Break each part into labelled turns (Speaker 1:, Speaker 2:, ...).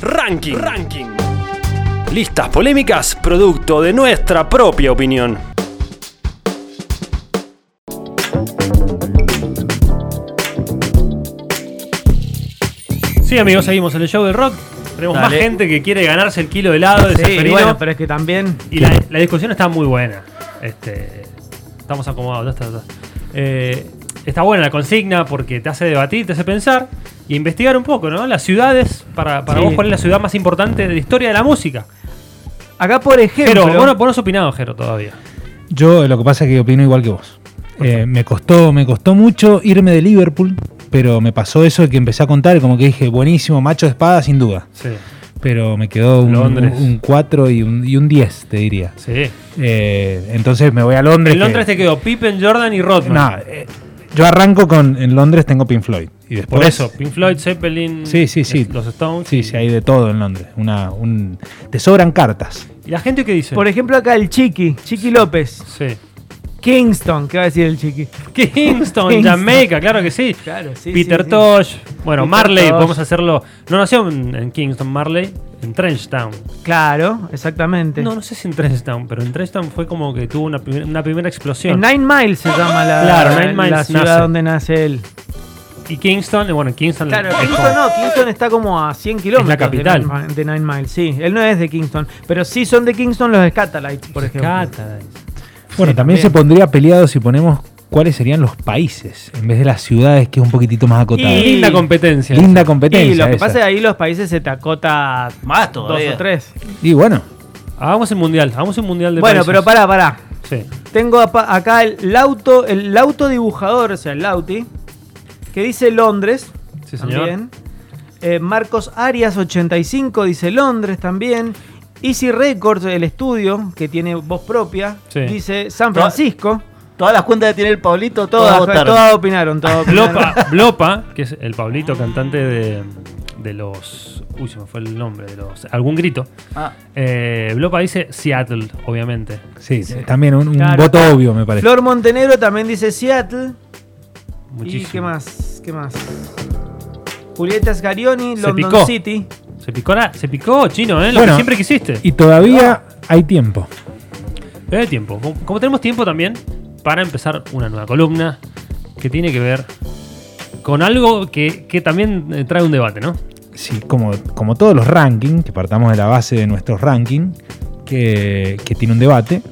Speaker 1: Ranking. Ranking. Listas polémicas, producto de nuestra propia opinión.
Speaker 2: Sí, amigos, seguimos en el show del rock. Tenemos
Speaker 3: Dale.
Speaker 2: más gente que quiere ganarse el kilo de helado de
Speaker 3: Sí,
Speaker 2: Ceferino.
Speaker 3: bueno, pero es que también.
Speaker 2: Y la, la discusión está muy buena. Este, estamos acomodados. ya está, ya está. Eh, está buena la consigna porque te hace debatir, te hace pensar y investigar un poco, ¿no? Las ciudades, para, para
Speaker 3: Sí.
Speaker 2: vos, ¿cuál es la ciudad más importante de la historia de la música?
Speaker 3: Acá, por ejemplo.
Speaker 2: Jero, vos no, vos no has opinado, Jero, todavía.
Speaker 4: Yo eh, lo que pasa es que opino igual que vos. Eh, me costó, me costó mucho irme de Liverpool, pero me pasó eso de que empecé a contar, y como que dije, buenísimo, macho de espada, sin duda.
Speaker 2: Sí,
Speaker 4: Pero me quedó un,
Speaker 2: Londres.
Speaker 4: un 4 y un, y un 10, te diría.
Speaker 2: sí.
Speaker 4: Eh, entonces me voy a Londres.
Speaker 2: En
Speaker 4: que-
Speaker 2: Londres te quedó Pippen, Jordan y Rodman.
Speaker 4: No, eh, yo arranco con en Londres tengo Pink Floyd. Y después,
Speaker 2: Por eso, Pink Floyd, Zeppelin,
Speaker 4: Sí, sí, sí.
Speaker 2: los Stones.
Speaker 4: Sí,
Speaker 2: y-
Speaker 4: sí, hay de todo en Londres. Una, un, te sobran cartas.
Speaker 2: ¿Y la gente qué dice?
Speaker 3: Por ejemplo, acá el Chiqui, Chiqui López.
Speaker 2: sí.
Speaker 3: Kingston, ¿qué va a decir el Chiqui?
Speaker 2: Kingston,
Speaker 3: Kingston.
Speaker 2: Jamaica, claro que sí.
Speaker 3: Claro, sí,
Speaker 2: Peter
Speaker 3: sí, sí.
Speaker 2: Tosh, bueno,
Speaker 3: Peter
Speaker 2: Marley,
Speaker 3: Tosh.
Speaker 2: podemos hacerlo. No nació en, en Kingston, Marley, en Trenchtown.
Speaker 3: Claro, exactamente.
Speaker 2: No, no sé si en Trenchtown, pero en Trenchtown fue como que tuvo una, primer- una primera
Speaker 3: En
Speaker 2: explosión.
Speaker 3: Eh, Nine Miles se llama la,
Speaker 2: Claro, Nine
Speaker 3: la
Speaker 2: Miles
Speaker 3: ciudad
Speaker 2: nace.
Speaker 3: donde nace él.
Speaker 2: Y Kingston, eh, bueno, en Kingston
Speaker 3: Claro,
Speaker 2: es como-
Speaker 3: Kingston no, Kingston está como a 100 kilómetros de
Speaker 2: capital.
Speaker 3: Nine Mi- De, Nine Miles, sí. Él no es de Kingston, pero sí son de Kingston los Scatolites, por ejemplo.
Speaker 2: Catadice.
Speaker 4: Bueno,
Speaker 3: Sí,
Speaker 4: también, se
Speaker 3: también.
Speaker 4: pondría peleado si ponemos cuáles serían los países en vez de las ciudades, que es un poquitito más acotado.
Speaker 3: Y-
Speaker 2: Linda competencia.
Speaker 4: Linda
Speaker 3: Y
Speaker 4: competencia.
Speaker 3: lo que
Speaker 4: esa.
Speaker 3: pasa es que ahí los países se te acota
Speaker 5: Más
Speaker 3: dos
Speaker 5: todavía.
Speaker 3: o tres.
Speaker 4: Y bueno,
Speaker 2: Hagamos el mundial, hagamos el mundial de
Speaker 3: Bueno,
Speaker 2: países.
Speaker 3: pero pará, pará.
Speaker 2: Sí.
Speaker 3: Tengo apa- acá el lauto, el lauto dibujador, o sea, el lauti, que dice Londres.
Speaker 2: Sí, señor.
Speaker 3: También. Eh, Marcos Arias, 85, dice Londres también. Easy Records, el estudio, que tiene voz propia,
Speaker 2: Sí.
Speaker 3: dice San Francisco.
Speaker 5: Todas las cuentas que tiene el Pablito, todas,
Speaker 3: Todas,
Speaker 5: votaron.
Speaker 3: todas opinaron, todas opinaron.
Speaker 2: Blopa, Blopa, que es el Pablito cantante de, de los. Uy, se me fue el nombre de los. Algún grito.
Speaker 5: Ah,
Speaker 2: Eh, Blopa dice Seattle, obviamente.
Speaker 4: sí, también un, un
Speaker 3: Eh, Claro,
Speaker 4: voto
Speaker 3: acá.
Speaker 4: obvio, me parece.
Speaker 3: Flor Montenegro también dice Seattle.
Speaker 2: Muchísimo.
Speaker 3: ¿Y qué más? ¿Qué más? Julieta Asgarioni,
Speaker 2: Se
Speaker 3: London
Speaker 2: picó.
Speaker 3: City.
Speaker 2: Se picó, la- se picó chino, ¿eh? Lo
Speaker 4: Bueno,
Speaker 2: que siempre quisiste.
Speaker 4: Y todavía hay tiempo.
Speaker 2: Pero hay tiempo. Como, como tenemos tiempo también para empezar una nueva columna que tiene que ver con algo que, que también eh, trae un debate, ¿no?
Speaker 4: Sí, como, como todos los rankings, que partamos de la base de nuestros rankings, que, que tiene un debate.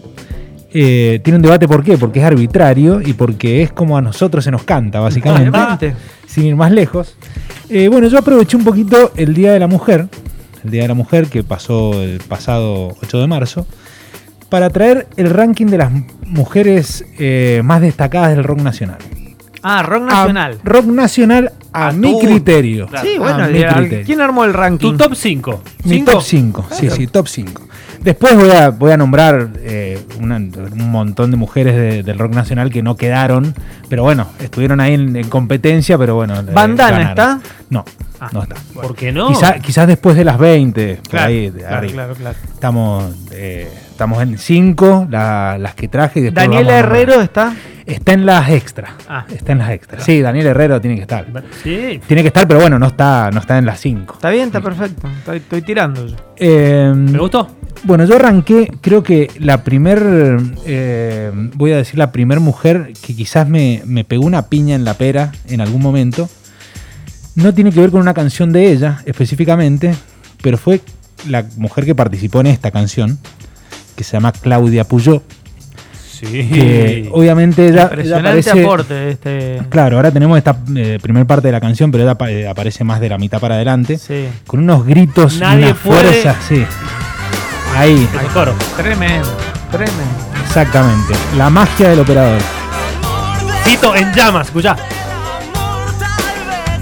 Speaker 4: Eh, tiene un debate ¿por qué? Porque es arbitrario y porque es como a nosotros se nos canta, básicamente.
Speaker 3: Obviamente.
Speaker 4: sin ir más lejos. Eh, bueno, yo aproveché un poquito el Día de la Mujer, el Día de la Mujer que pasó el pasado 8 de marzo, para traer el ranking de las mujeres eh, más destacadas del rock nacional.
Speaker 3: Ah, rock nacional.
Speaker 4: A- rock nacional a,
Speaker 5: A
Speaker 4: mi
Speaker 5: tu-
Speaker 4: criterio.
Speaker 5: Claro.
Speaker 3: sí,
Speaker 4: A
Speaker 3: bueno,
Speaker 4: mi
Speaker 3: ya,
Speaker 4: criterio.
Speaker 3: ¿quién armó el ranking?
Speaker 2: Tu top 5.
Speaker 4: Mi top 5,
Speaker 3: Ah,
Speaker 4: sí, sí, top 5. Después voy a, voy a nombrar eh, una- un montón de mujeres de- del rock nacional que no quedaron, pero bueno, estuvieron ahí en, en competencia, pero bueno. eh,
Speaker 3: ¿Bandana
Speaker 4: ganaron.
Speaker 3: está?
Speaker 4: No,
Speaker 3: Ah.
Speaker 4: no está.
Speaker 2: ¿Por qué no?
Speaker 4: Quizá- quizás después de las 20, por ahí de
Speaker 3: claro,
Speaker 4: arriba.
Speaker 3: claro, claro.
Speaker 4: Estamos, eh, estamos en 5, las que traje. y después
Speaker 3: Daniela
Speaker 4: vamos a-
Speaker 3: Herrero está.
Speaker 4: Está en las extras.
Speaker 3: Ah.
Speaker 4: Está en las extras. Sí, Daniel Herrero tiene que estar.
Speaker 2: Sí.
Speaker 4: Tiene que estar, pero bueno, no está, no está en las 5.
Speaker 3: Está bien, está perfecto. Estoy, estoy tirando yo.
Speaker 4: Eh,
Speaker 2: ¿Me gustó?
Speaker 4: Bueno, yo arranqué, creo que la primer, eh, voy a decir la primer mujer que quizás me, me pegó una piña en la pera en algún momento. No tiene que ver con una canción de ella específicamente, pero fue la mujer que participó en esta canción, que se llama Claudia Puyó,
Speaker 2: Sí.
Speaker 4: que obviamente ella, ella
Speaker 3: Impresionante
Speaker 4: Ah, aparece...
Speaker 3: aporte de este.
Speaker 4: Claro, ahora tenemos esta eh, primer parte de la canción, pero ella apa- eh, aparece más de la mitad para adelante,
Speaker 3: Sí.
Speaker 4: con unos gritos, y
Speaker 2: Nadie
Speaker 4: una
Speaker 2: puede-
Speaker 4: fuerza, sí. Ahí.
Speaker 2: Ese coro.
Speaker 3: Tremendo, tremendo.
Speaker 4: Exactamente, la magia del operador.
Speaker 2: Tito en llamas, escuchá.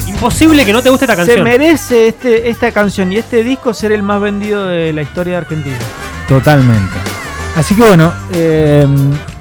Speaker 2: Imposible que no te guste esta
Speaker 3: Se
Speaker 2: canción.
Speaker 3: merece este, esta canción y este disco ser el más vendido de la historia de Argentina.
Speaker 4: Totalmente. Así que bueno, eh,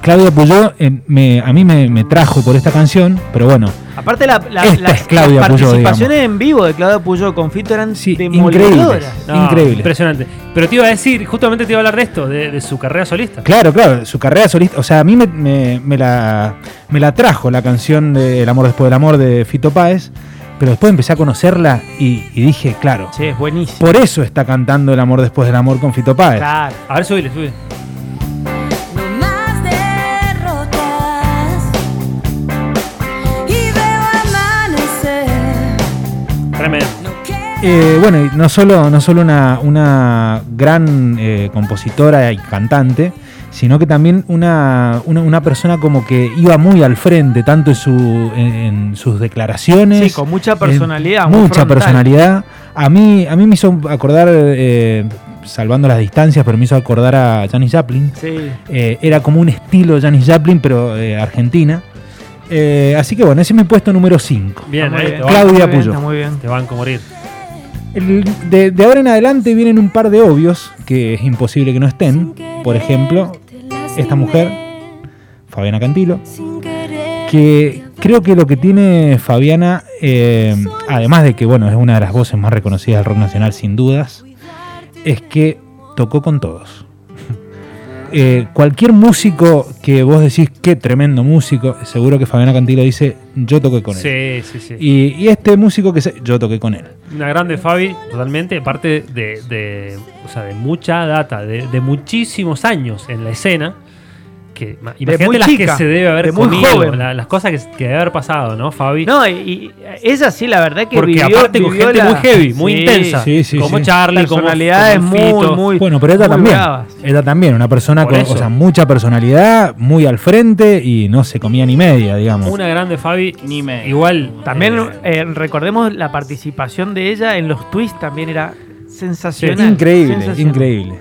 Speaker 4: Claudia Puyó eh, me- a mí me, me trajo por esta canción, pero bueno,
Speaker 3: Aparte, la, la-
Speaker 4: Esta
Speaker 3: las-
Speaker 4: es Claudia
Speaker 3: las
Speaker 4: Puyó,
Speaker 3: participaciones en vivo de Claudia Puyo con Fito eran
Speaker 4: sí, increíble.
Speaker 3: demolidoras.
Speaker 2: No,
Speaker 4: Increíble.
Speaker 2: Impresionante. Pero te iba a decir, justamente te iba a hablar de esto, de, de su carrera solista.
Speaker 4: Claro, claro, su carrera solista, o sea, a mí me, me- me la, me la trajo la canción de El amor después del amor de Fito Páez, Pero después empecé a conocerla y, y dije, claro,
Speaker 3: Che, es buenísimo.
Speaker 4: por eso está cantando El amor después del amor con Fito Páez.
Speaker 3: Claro.
Speaker 2: A ver, subile, subile.
Speaker 6: No más derrotas y veo amanecer.
Speaker 2: Tremendo.
Speaker 6: No queda
Speaker 4: Eh, bueno, y no solo, no solo una, una gran eh, compositora y cantante, sino que también una, una, una persona como que iba muy al frente, tanto en, su, en, en sus declaraciones.
Speaker 3: Sí, con mucha
Speaker 4: eh,
Speaker 3: personalidad, muy
Speaker 4: mucha
Speaker 3: frontal.
Speaker 4: personalidad. A mí, a mí me hizo acordar, eh, salvando las distancias, pero me hizo acordar a Janis Joplin.
Speaker 3: Sí.
Speaker 4: Eh, era como un estilo Janis Joplin, pero eh, argentina. Eh, así que bueno, ese es mi puesto número 5.
Speaker 2: Bien,
Speaker 3: Está muy
Speaker 2: ahí
Speaker 3: bien.
Speaker 2: te
Speaker 4: Claudia
Speaker 2: van,
Speaker 3: Está muy bien,
Speaker 4: Puyo.
Speaker 3: Está muy bien.
Speaker 2: te van a morir.
Speaker 4: El- de, de ahora en adelante vienen un par de obvios que es imposible que no estén.
Speaker 6: sin querer,
Speaker 4: Por ejemplo,
Speaker 6: te lastimé.
Speaker 4: esta mujer. Fabiana Cantilo.
Speaker 6: Sin querer,
Speaker 4: Que creo que lo que tiene Fabiana, eh, además de que bueno, es una de las voces más reconocidas del rock nacional sin dudas, es que tocó con todos. Eh, cualquier músico que vos decís qué tremendo músico, seguro que Fabiana Cantilo dice yo toqué con él.
Speaker 2: Sí, sí, sí.
Speaker 4: Y, y este músico que se, yo toqué con él.
Speaker 2: Una grande Fabi, totalmente, aparte de, de- o sea, de mucha data, de, de muchísimos años en la escena. Que, ma- imagínate
Speaker 3: muy
Speaker 2: las
Speaker 3: chica,
Speaker 2: que se debe haber
Speaker 3: de muy
Speaker 2: comido,
Speaker 3: joven.
Speaker 2: la- las cosas que, que debe haber pasado, ¿no, Fabi?
Speaker 3: No, y, y esa sí, la verdad que
Speaker 2: Porque
Speaker 3: vivió,
Speaker 2: aparte con
Speaker 3: vivió
Speaker 2: gente
Speaker 3: la-
Speaker 2: muy heavy, muy
Speaker 3: Sí,
Speaker 2: intensa.
Speaker 4: sí, sí,
Speaker 2: como
Speaker 4: sí.
Speaker 2: Charlie, como
Speaker 3: Personalidades
Speaker 2: como
Speaker 3: muy,
Speaker 2: Fito. Eh,
Speaker 3: muy.
Speaker 4: Bueno, pero ella
Speaker 3: muy
Speaker 4: también.
Speaker 3: bravas.
Speaker 4: Ella también, una persona
Speaker 2: Por
Speaker 4: con
Speaker 2: eso.
Speaker 4: o sea, mucha personalidad, muy al frente y no se comía ni media, digamos.
Speaker 2: Una grande Fabi.
Speaker 5: Ni me-
Speaker 2: Igual.
Speaker 3: También
Speaker 2: eh,
Speaker 3: eh, recordemos la participación de ella en los twists, también era sensacional.
Speaker 4: increíble,
Speaker 3: sensacional.
Speaker 4: increíble.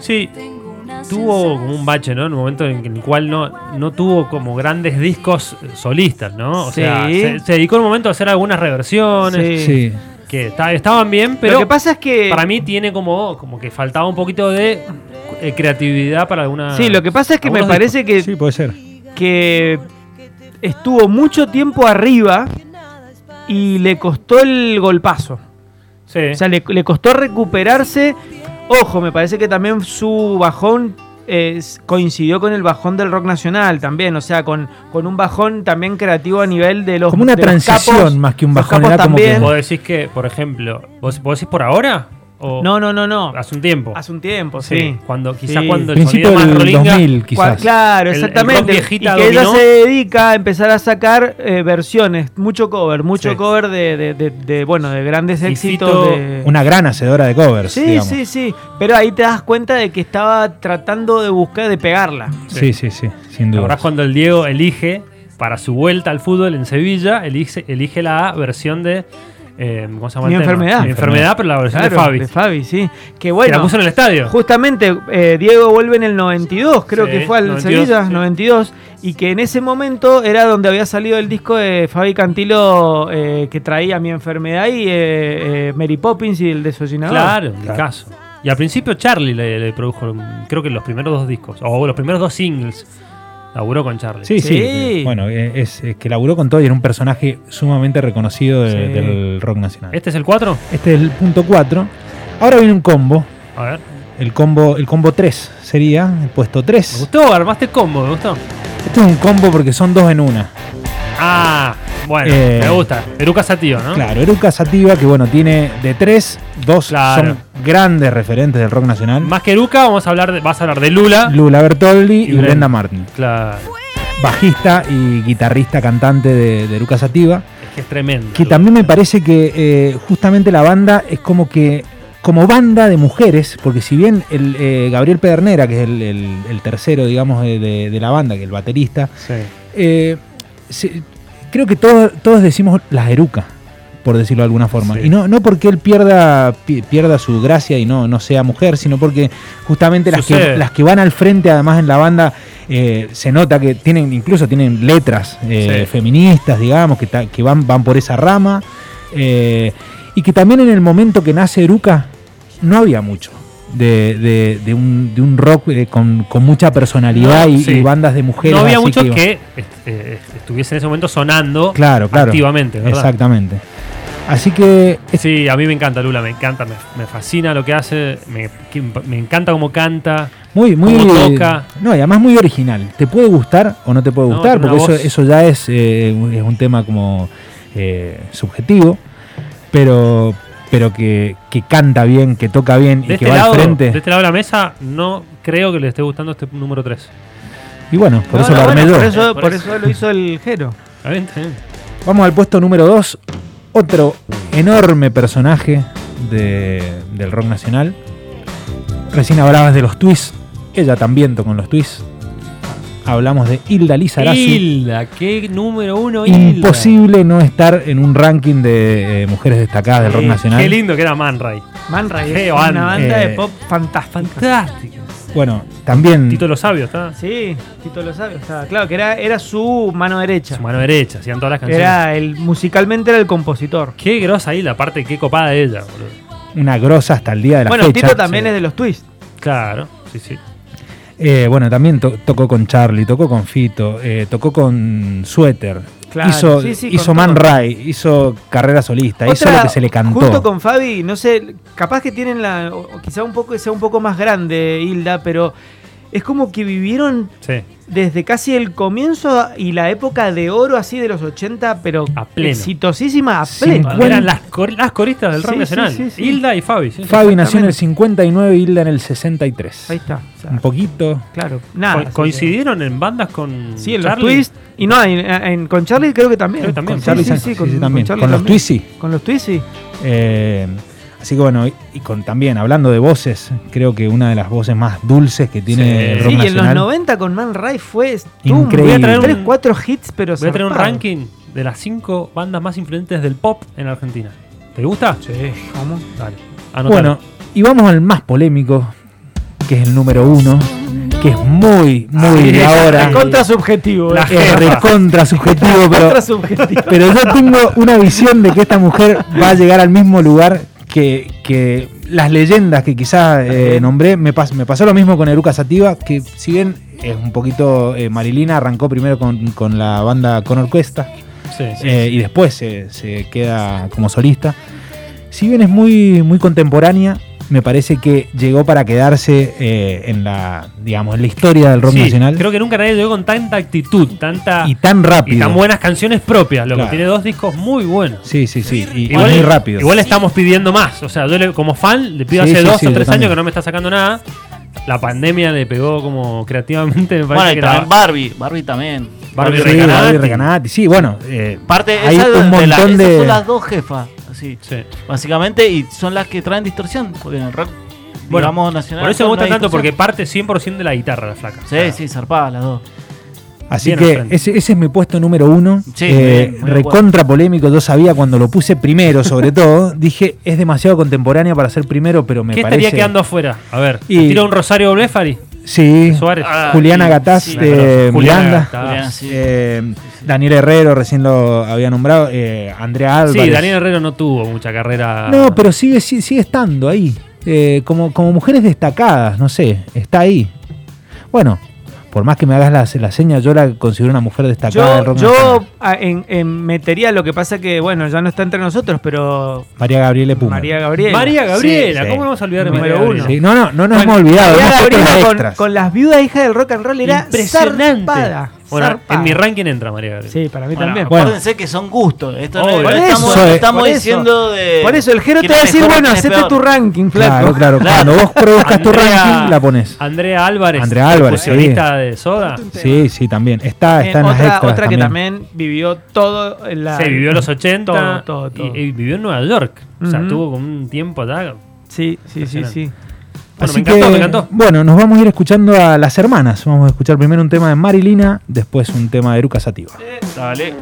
Speaker 2: sí,
Speaker 6: tengo una
Speaker 2: tuvo como un bache, ¿no? En un momento en el cual no, no tuvo como grandes discos eh, solistas, ¿no? O
Speaker 3: Sí.
Speaker 2: sea, se, se dedicó en un momento a hacer algunas reversiones
Speaker 3: Sí.
Speaker 4: Sí.
Speaker 2: que esta- estaban bien, pero
Speaker 3: Lo que pasa es que.
Speaker 2: para mí tiene como, como que faltaba un poquito de eh, creatividad para alguna.
Speaker 3: sí, lo que pasa es que me
Speaker 2: algunos
Speaker 3: parece que,
Speaker 4: Sí, puede ser.
Speaker 3: que estuvo mucho tiempo arriba y le costó el golpazo.
Speaker 2: Sí.
Speaker 3: O sea, le, le costó recuperarse. Ojo, me parece que también su bajón eh, s- coincidió con el bajón del rock nacional también. O sea, con, con un bajón también creativo a nivel de los.
Speaker 4: Como una
Speaker 3: de los
Speaker 4: transición
Speaker 3: capos.
Speaker 4: más que un
Speaker 3: Los
Speaker 4: bajón,
Speaker 3: capos
Speaker 4: era como que-
Speaker 3: también.
Speaker 2: vos decís que, por ejemplo, ¿vos, vos decís por ahora? ¿O
Speaker 3: No, no, no, no.
Speaker 2: hace un tiempo?
Speaker 3: Hace un tiempo, sí.
Speaker 2: Cuando, quizás
Speaker 3: Sí.
Speaker 2: cuando el
Speaker 4: Principio
Speaker 2: sonido más
Speaker 4: del
Speaker 2: rolinga.
Speaker 4: 2000,
Speaker 3: Cua-
Speaker 4: quizás.
Speaker 3: Claro,
Speaker 2: El- el rock
Speaker 3: exactamente.
Speaker 2: viejita
Speaker 3: y que ella
Speaker 2: dominó.
Speaker 3: se dedica a empezar a sacar eh, versiones, mucho cover, mucho
Speaker 2: Sí.
Speaker 3: cover de, de- de- de, bueno, de grandes
Speaker 2: Y
Speaker 3: éxitos.
Speaker 2: Fito,
Speaker 3: de-
Speaker 4: Una gran hacedora de
Speaker 2: Pues,
Speaker 4: covers.
Speaker 3: Sí,
Speaker 4: digamos.
Speaker 3: sí, sí. Pero ahí te das cuenta de que estaba tratando de buscar, de pegarla.
Speaker 4: Sí, sí, sí, sin
Speaker 2: ¿Te
Speaker 4: duda.
Speaker 2: acordás cuando el Diego elige para su vuelta al fútbol en Sevilla? Elige, elige la versión de. eh, ¿Cómo se llama? el
Speaker 3: Mi
Speaker 2: tema?
Speaker 3: enfermedad.
Speaker 2: Mi enfermedad, pero la versión
Speaker 3: Claro,
Speaker 2: de Fabi.
Speaker 3: de Fabi, sí. Que
Speaker 2: Que la
Speaker 3: bueno.
Speaker 2: puso en el estadio.
Speaker 3: Justamente eh, Diego vuelve en el 92, creo
Speaker 2: Sí,
Speaker 3: que fue al
Speaker 2: 92,
Speaker 3: Sevilla,
Speaker 2: sí.
Speaker 3: 92, y que en ese momento era donde había salido el disco de Fabi Cantilo eh, que traía Mi Enfermedad y eh, eh, Mary Poppins y el desollinador.
Speaker 2: Claro, en el caso. Y al principio Charlie le, le produjo, mm, creo que los primeros dos discos, o los primeros dos singles, laburó con Charlie.
Speaker 4: Sí, sí.
Speaker 3: Sí.
Speaker 4: eh, Bueno, eh, es, es que laburó con todo y era un personaje sumamente reconocido de-
Speaker 3: Sí.
Speaker 4: del rock nacional.
Speaker 2: ¿Este es el 4?
Speaker 4: Este es el punto 4. Ahora viene un combo.
Speaker 2: A ver.
Speaker 4: El combo, el combo 3 sería, el puesto
Speaker 2: Me
Speaker 4: 3.
Speaker 2: gustó, armaste combo, me gustó.
Speaker 4: Este es un combo porque son dos en una.
Speaker 2: Ah, bueno,
Speaker 4: Eh,
Speaker 2: me gusta. Eruca Sativa, ¿no?
Speaker 4: Claro, Eruca Sativa, que bueno, tiene de tres, dos
Speaker 2: Claro.
Speaker 4: son grandes referentes del rock nacional.
Speaker 2: Más que Eruca, vamos a hablar de, vas a hablar de Lula.
Speaker 4: Lula Bertoldi y,
Speaker 2: Y Brenda.
Speaker 4: Brenda Martin.
Speaker 2: Claro,
Speaker 4: Bajista y guitarrista cantante de, de Eruca Sativa.
Speaker 2: es que es tremendo.
Speaker 4: Que también me parece que eh, justamente la banda es como que. Como banda de mujeres, porque si bien el, eh, Gabriel Pedernera, que es el, el- el tercero, digamos, de, de- de la banda, que es el baterista,
Speaker 2: Sí.
Speaker 4: eh, se- creo que todos, todos decimos las erucas, por decirlo de alguna forma.
Speaker 2: Sí.
Speaker 4: Y no, no porque él pierda, pi- pierda su gracia y no, no sea mujer, sino porque justamente las que,
Speaker 2: Sucede.
Speaker 4: las que van al frente, además en la banda, eh, se nota que tienen, incluso tienen letras eh,
Speaker 2: Sí.
Speaker 4: feministas, digamos, que, ta- que van, van por esa rama. eh, y que también en el momento que nace Eruca, no había mucho. De, de- de un, de un rock eh, con, con mucha personalidad
Speaker 2: No,
Speaker 4: y,
Speaker 2: sí.
Speaker 4: y bandas de mujeres.
Speaker 2: No había
Speaker 4: así
Speaker 2: muchos
Speaker 4: iban-
Speaker 2: que, est- eh, estuviese en ese momento sonando
Speaker 4: Claro, claro.
Speaker 2: activamente, ¿verdad?
Speaker 4: Exactamente. Así que es-
Speaker 2: Sí, a mí me encanta Lula, me encanta, me, me fascina lo que hace, me, que- me encanta cómo canta.
Speaker 4: muy, muy.
Speaker 2: Como toca.
Speaker 4: No, y además muy original. Te puede gustar o no te puede
Speaker 2: No,
Speaker 4: gustar,
Speaker 2: tiene
Speaker 4: porque
Speaker 2: una
Speaker 4: eso,
Speaker 2: voz.
Speaker 4: eso ya es, eh, un- es un tema como eh, subjetivo, pero, pero que, que canta bien, que toca bien y
Speaker 2: De este,
Speaker 4: que va
Speaker 2: lado,
Speaker 4: al frente.
Speaker 2: de este lado de la mesa, no creo que le esté gustando este número 3.
Speaker 4: Y bueno, por
Speaker 3: No,
Speaker 4: eso
Speaker 3: no,
Speaker 4: lo armé
Speaker 3: bueno,
Speaker 4: yo.
Speaker 3: Por eso,
Speaker 2: Eh, por
Speaker 3: por
Speaker 2: eso.
Speaker 3: eso lo hizo el Jero.
Speaker 2: ¿Está bien? Está bien.
Speaker 4: Vamos al puesto número 2. Otro enorme personaje de- del rock nacional. Recién hablabas de los twists. Ella también tocó en los twists. Hablamos de Hilda Lizarazu.
Speaker 2: Hilda, qué número uno, Hilda.
Speaker 4: Imposible no estar en un ranking de eh, mujeres destacadas del rock
Speaker 2: Eh,
Speaker 4: nacional.
Speaker 2: Qué lindo que era Man Ray.
Speaker 3: Man Ray
Speaker 2: Qué
Speaker 3: es
Speaker 2: banda,
Speaker 3: una banda
Speaker 4: eh.
Speaker 3: de pop fantástica.
Speaker 2: Fantástico.
Speaker 4: Bueno, también
Speaker 2: Mm. Tito Lo Sabio, está.
Speaker 3: Sí, Tito lo sabe. estaba claro, que era, era su mano derecha.
Speaker 2: Su mano derecha, hacían todas las canciones.
Speaker 3: Era el, musicalmente era el compositor.
Speaker 2: Qué grosa Hilda, aparte, qué copada ella, boludo.
Speaker 4: una grosa hasta el día de la
Speaker 3: Bueno,
Speaker 4: fecha.
Speaker 3: Tito también
Speaker 4: Sí.
Speaker 3: es de los twists.
Speaker 2: Claro, sí, sí.
Speaker 4: Eh, bueno, también to- tocó con Charlie, tocó con Fito, eh, tocó con Suéter.
Speaker 3: Claro,
Speaker 4: hizo
Speaker 3: sí, sí,
Speaker 4: hizo
Speaker 3: con
Speaker 4: Man
Speaker 3: todo.
Speaker 4: Ray, hizo carrera solista, hizo lo que se le cantó.
Speaker 3: Junto con Fabi, no sé, capaz que tienen la. o- o quizá un poco sea un poco más grande Hilda, pero es como que vivieron
Speaker 2: Sí.
Speaker 3: desde casi el comienzo y la época de oro así de los 80, pero
Speaker 2: A pleno.
Speaker 3: exitosísima a pleno.
Speaker 4: Cincuenta-
Speaker 2: Eran las, cor- las coristas del rock
Speaker 3: Sí,
Speaker 2: nacional.
Speaker 3: sí, sí, sí.
Speaker 2: Hilda y Fabi. sí.
Speaker 4: Fabi nació en el 59, Hilda en el 63.
Speaker 3: Ahí está. o sea,
Speaker 4: Un poquito.
Speaker 3: claro.
Speaker 2: Co-
Speaker 3: Nada. así que-
Speaker 2: coincidieron en bandas con
Speaker 3: Sí, en
Speaker 2: Charlie.
Speaker 3: los twists. Y no, en- en- con Charlie creo que también.
Speaker 2: Creo que también.
Speaker 3: Con
Speaker 2: Sí,
Speaker 3: Charlie
Speaker 4: sí,
Speaker 3: sí,
Speaker 4: sí,
Speaker 3: sí,
Speaker 4: sí, también.
Speaker 3: Charlie
Speaker 4: Con los
Speaker 3: también.
Speaker 4: twists, sí.
Speaker 3: Con los twists, sí.
Speaker 4: Eh, así que bueno, y, y con también, hablando de voces, creo que una de las voces más dulces que tiene
Speaker 2: Sí.
Speaker 4: el
Speaker 3: Sí,
Speaker 4: rock
Speaker 3: y en los
Speaker 4: nacional.
Speaker 3: 90 con Man Ray fue
Speaker 4: Increíble. Voy a traer un-
Speaker 3: 3, 4 hits, pero
Speaker 2: Voy a traer un
Speaker 3: zarpado.
Speaker 2: ranking de las cinco bandas más influyentes del pop en Argentina. ¿Te gusta?
Speaker 3: Sí, ¿cómo?
Speaker 2: Dale. Anotalo.
Speaker 4: Bueno, y vamos al más polémico, que es el número uno, que es muy, muy de ahora.
Speaker 3: Contra subjetivo.
Speaker 2: La
Speaker 3: eh.
Speaker 2: jefa.
Speaker 4: Es recontra subjetivo, pero,
Speaker 3: Contra subjetivo.
Speaker 4: pero yo tengo una visión de que esta mujer va a llegar al mismo lugar que, que las leyendas que quizás eh, nombré. Me, pas- me pasó lo mismo con Eruca Sativa, que si bien es un poquito eh, Marilina, arrancó primero con, con la banda con orquesta
Speaker 2: Sí, sí.
Speaker 4: eh, y después se, se queda como solista. Si bien es muy, muy contemporánea, me parece que llegó para quedarse eh, en la, digamos, en la historia del rock
Speaker 2: Sí,
Speaker 4: nacional
Speaker 2: Creo que nunca nadie llegó con tanta actitud, tanta
Speaker 4: y tan rápido.
Speaker 2: y tan buenas canciones propias. Lo
Speaker 4: Claro.
Speaker 2: que tiene dos discos muy buenos.
Speaker 4: Sí, sí, sí. Y, y muy rápido.
Speaker 2: Igual estamos pidiendo más. O sea, yo le- como fan le pido
Speaker 4: Sí,
Speaker 2: hace
Speaker 4: sí,
Speaker 2: dos
Speaker 4: sí,
Speaker 2: o
Speaker 4: yo
Speaker 2: tres
Speaker 4: también.
Speaker 2: años que no me está sacando nada. La pandemia le pegó como creativamente, me parece
Speaker 5: Bueno,
Speaker 2: que
Speaker 5: y
Speaker 2: era
Speaker 5: también Barbie. Barbie también.
Speaker 2: Barbie
Speaker 4: sí,
Speaker 2: Recanati.
Speaker 4: Barbie Recanati. Sí, bueno. eh,
Speaker 5: Parte,
Speaker 4: hay
Speaker 5: esas
Speaker 4: un
Speaker 5: de la-
Speaker 4: montón
Speaker 5: esas
Speaker 4: de.
Speaker 5: son las dos jefas, así,
Speaker 2: Sí.
Speaker 5: básicamente, y son las que traen distorsión, porque en el rock,
Speaker 2: Bueno,
Speaker 5: digamos, nacional.
Speaker 2: Por eso me
Speaker 5: no
Speaker 2: gusta
Speaker 5: hay
Speaker 2: tanto, porque
Speaker 5: distorsión.
Speaker 2: parte 100% de la guitarra la flaca. O sea,
Speaker 5: Sí, sí, zarpadas las dos.
Speaker 4: Así
Speaker 2: Bien al
Speaker 4: que
Speaker 2: frente.
Speaker 4: ese, ese es mi puesto número uno.
Speaker 5: Sí,
Speaker 4: Eh,
Speaker 5: muy bien, muy
Speaker 4: recontra polémico. Yo sabía cuando lo puse primero, sobre todo. Dije, es demasiado contemporánea para ser primero, pero Ah, me
Speaker 2: ¿Qué
Speaker 4: parece.
Speaker 2: estaría quedando afuera? A ver,
Speaker 4: Y-
Speaker 2: ¿te tira un Rosario Blefari?
Speaker 4: Sí.
Speaker 2: Suárez.
Speaker 5: Ah,
Speaker 4: Juliana
Speaker 5: sí,
Speaker 4: Gataz
Speaker 5: sí,
Speaker 4: de
Speaker 2: Juliana
Speaker 4: Eh, Miranda.
Speaker 2: Gataz.
Speaker 5: Juliana, sí.
Speaker 4: Eh, Daniel Herrero, recién lo había nombrado. eh, Andrea Álvarez.
Speaker 2: Sí, Daniel Herrero no tuvo mucha carrera.
Speaker 3: Ah.
Speaker 4: No, pero sigue, sigue, sigue estando ahí. Eh, como, como mujeres destacadas, no sé, está ahí. Bueno, por más que me hagas la, la seña, yo la considero una mujer destacada del
Speaker 3: Yo,
Speaker 4: rock
Speaker 3: yo
Speaker 4: nacional.
Speaker 3: ah, en, en- metería lo que pasa que, bueno, ya no está entre nosotros, pero
Speaker 4: María Gabriela Puma.
Speaker 3: María Gabriela.
Speaker 2: María Gabriela,
Speaker 4: Sí, sí.
Speaker 2: ¿cómo vamos a olvidar de
Speaker 3: Número
Speaker 2: María
Speaker 3: uno.
Speaker 2: Gabriela?
Speaker 4: Sí, No, no, no nos
Speaker 3: Bueno,
Speaker 4: hemos olvidado.
Speaker 3: María
Speaker 4: hemos puesto
Speaker 3: Gabriela
Speaker 4: las
Speaker 3: con,
Speaker 4: extras.
Speaker 3: con las viudas hijas del rock and roll era
Speaker 2: Impresionante.
Speaker 3: zarpada,
Speaker 2: Bueno,
Speaker 3: zarpada.
Speaker 2: en mi ranking entra María Gabriela.
Speaker 3: Sí, para mí
Speaker 5: Bueno,
Speaker 3: también.
Speaker 4: Bueno.
Speaker 5: acuérdense que son gustos. Esto no,
Speaker 2: Obvio.
Speaker 5: no
Speaker 2: Por
Speaker 5: estamos,
Speaker 4: eso,
Speaker 5: no
Speaker 4: eh.
Speaker 5: estamos
Speaker 3: Por eso.
Speaker 5: diciendo de.
Speaker 3: Por eso el Jero te
Speaker 5: quién
Speaker 3: va a
Speaker 5: es
Speaker 3: decir,
Speaker 5: mejor,
Speaker 3: bueno,
Speaker 5: quién es
Speaker 3: hacete
Speaker 5: peor.
Speaker 3: tu ranking,
Speaker 4: Claro,
Speaker 3: flaco.
Speaker 4: claro. Cuando vos produzcas tu ranking, la pones.
Speaker 2: Andrea Álvarez.
Speaker 4: Andrea Álvarez, sí.
Speaker 2: percusionista de Soda.
Speaker 4: Sí, sí, también. Está,
Speaker 3: Eh,
Speaker 4: Ah, está en las
Speaker 3: otra,
Speaker 4: extras.
Speaker 3: otra que también vivió todo en la.
Speaker 2: Se vivió los 80.
Speaker 3: Todo, todo, todo.
Speaker 2: Y, y vivió en Nueva York. O sea,
Speaker 3: Ujú.
Speaker 2: tuvo como un tiempo allá.
Speaker 3: Sí, sí, sí, sí.
Speaker 2: Bueno,
Speaker 4: Así
Speaker 2: me encantó,
Speaker 4: que,
Speaker 2: me encantó.
Speaker 4: Bueno, nos vamos a ir escuchando a las hermanas. Vamos a escuchar primero un tema de Marilina, después un tema de Eruca Sativa.
Speaker 5: Dale.